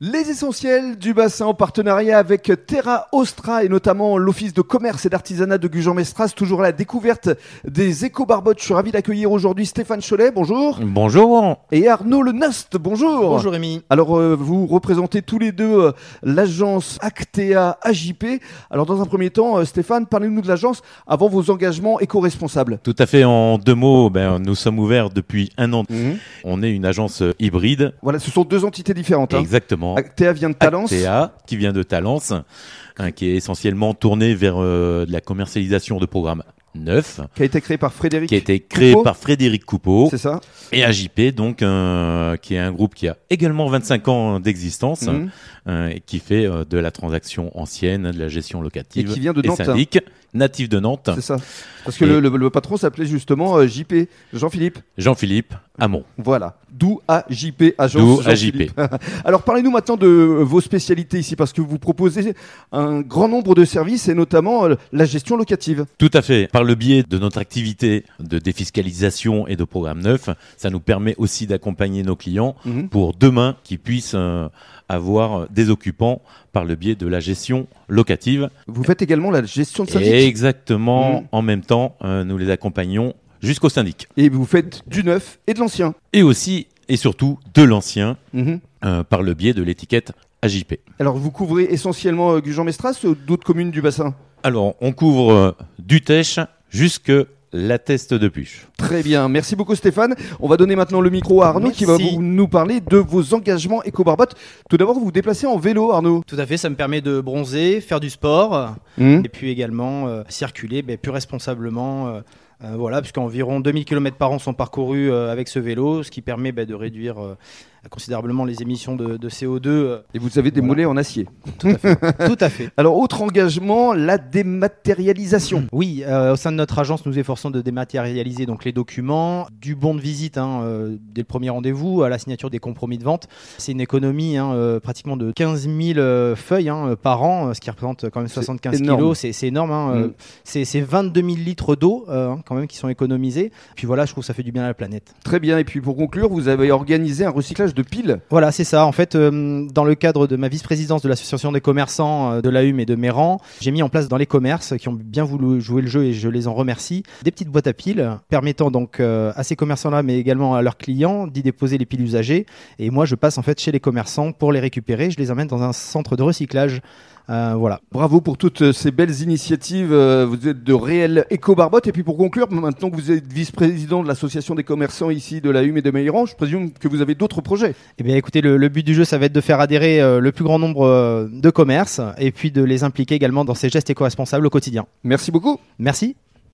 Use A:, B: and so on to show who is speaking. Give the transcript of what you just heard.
A: Les essentiels du bassin en partenariat avec Terra Ostra et notamment l'Office de commerce et d'artisanat de Gujan-Mestras, toujours à la découverte des éco-barbottes. Je suis ravi d'accueillir aujourd'hui Stéphane Cholet, bonjour,
B: Bonjour.
A: et Arnaud Le Nast, bonjour.
C: Bonjour Rémi.
A: Alors euh, vous représentez tous les deux euh, l'agence Actea AJP. Alors dans un premier temps, euh, Stéphane, parlez-nous de l'agence avant vos engagements éco-responsables.
B: Tout à fait. En deux mots, ben, nous sommes ouverts depuis un an. On est une agence euh, hybride.
A: Voilà, ce sont deux entités différentes. hein.
B: Exactement.
A: Actea vient de Talence.
B: Actea, qui vient de Talence, hein, qui est essentiellement tournée vers euh, de la commercialisation de programmes neufs,
A: qui a été créé par Frédéric.
B: qui a été créé
A: Coupeau.
B: par Frédéric Coupeau
A: C'est ça
B: et AJP, donc euh, qui est un groupe qui a également 25 ans d'existence
A: Mhm.
B: hein, et qui fait euh, de la transaction ancienne, de la gestion locative
A: Et qui vient de Nantes. hein.
B: syndic, natif de Nantes,
A: C'est ça. Parce que
B: Ah.
A: le,
B: Et-
A: le- le patron s'appelait justement euh, JP, Jean-Philippe.
B: Jean-Philippe Hamon,
A: Voilà. D'où AJP,
B: d'où
A: agence
B: AJP.
A: Jean-Philippe. Alors parlez-nous maintenant de euh, vos spécialités ici, parce que vous proposez un grand nombre de services et notamment euh, la gestion locative.
B: Tout à fait. Par le biais de notre activité de défiscalisation et de programme neuf, ça nous permet aussi d'accompagner nos clients
A: Mhm.
B: pour demain qu'ils puissent euh, avoir des occupants par le biais de la gestion locative.
A: Vous faites également la gestion de
B: Et
A: syndic.
B: exactement
A: Mhm.
B: en même temps, euh, nous les accompagnons jusqu'au syndic.
A: Et vous faites du neuf et de l'ancien.
B: Et aussi et surtout de l'ancien
A: Mhm.
B: euh, par le biais de l'étiquette AJP.
A: Alors vous couvrez essentiellement euh, Gujan-Mestras ou d'autres communes du bassin
B: Alors, on couvre euh, du Tèche jusque la teste de puche.
A: Très bien, merci beaucoup Stéphane. On va donner maintenant le micro à Arnaud qui va
C: Merci.
A: vous- nous parler de vos engagements éco-barbotes. Tout d'abord, vous vous déplacez en vélo Arnaud.
C: Tout à fait, ça me permet de bronzer, faire du sport, euh,
A: Hmm.
C: et puis également euh, circuler ben, plus responsablement. euh, euh, voilà, puisqu'environ 2000 km par an sont parcourus euh, avec ce vélo, ce qui permet ben, de réduire euh, considérablement les émissions de, de CO2. euh,
A: Et vous avez des
C: Voilà.
A: mollets en acier.
C: euh, tout à fait.
A: Alors autre engagement, la dématérialisation.
C: Oui, euh, au sein de notre agence, nous efforçons de dématérialiser donc les documents, du bon de visite hein, euh, dès le premier rendez-vous à la signature des compromis de vente. C'est une économie hein, euh, pratiquement de 15 000 euh, feuilles hein, euh, par an, euh, ce qui représente quand même
A: C'est
C: 75
A: énorme.
C: kilos. C'est c'est énorme. hein, euh,
A: Mm.
C: c'est c'est 22 000 litres d'eau euh, hein, quand même qui sont économisés. Puis voilà, je trouve que ça fait du bien à la planète.
A: Très bien, et puis pour conclure, vous avez organisé un recyclage de piles.
C: Voilà, c'est ça. En fait, euh, dans le cadre de ma vice-présidence de l'association des commerçants euh, de la Hume et de Méran, j'ai mis en place dans les commerces euh, qui ont bien voulu jouer le jeu et je les en remercie, des petites boîtes à piles euh, permettant donc euh, à ces commerçants-là, mais également à leurs clients, d'y déposer les piles usagées. Et moi, je passe en fait chez les commerçants pour les récupérer. Je les emmène dans un centre de recyclage. Euh, voilà.
A: Bravo pour toutes ces belles initiatives. euh, Vous êtes de réels éco-barbotes. Et puis pour conclure, maintenant que vous êtes vice-président de l'association des commerçants ici de la Hume et de Meiran, je présume que vous avez d'autres projets.
C: Eh bien, écoutez, le, le but du jeu, ça va être de faire adhérer euh, le plus grand nombre euh, de commerces et puis de les impliquer également dans ces gestes éco-responsables au quotidien.
A: Merci beaucoup.
C: Merci.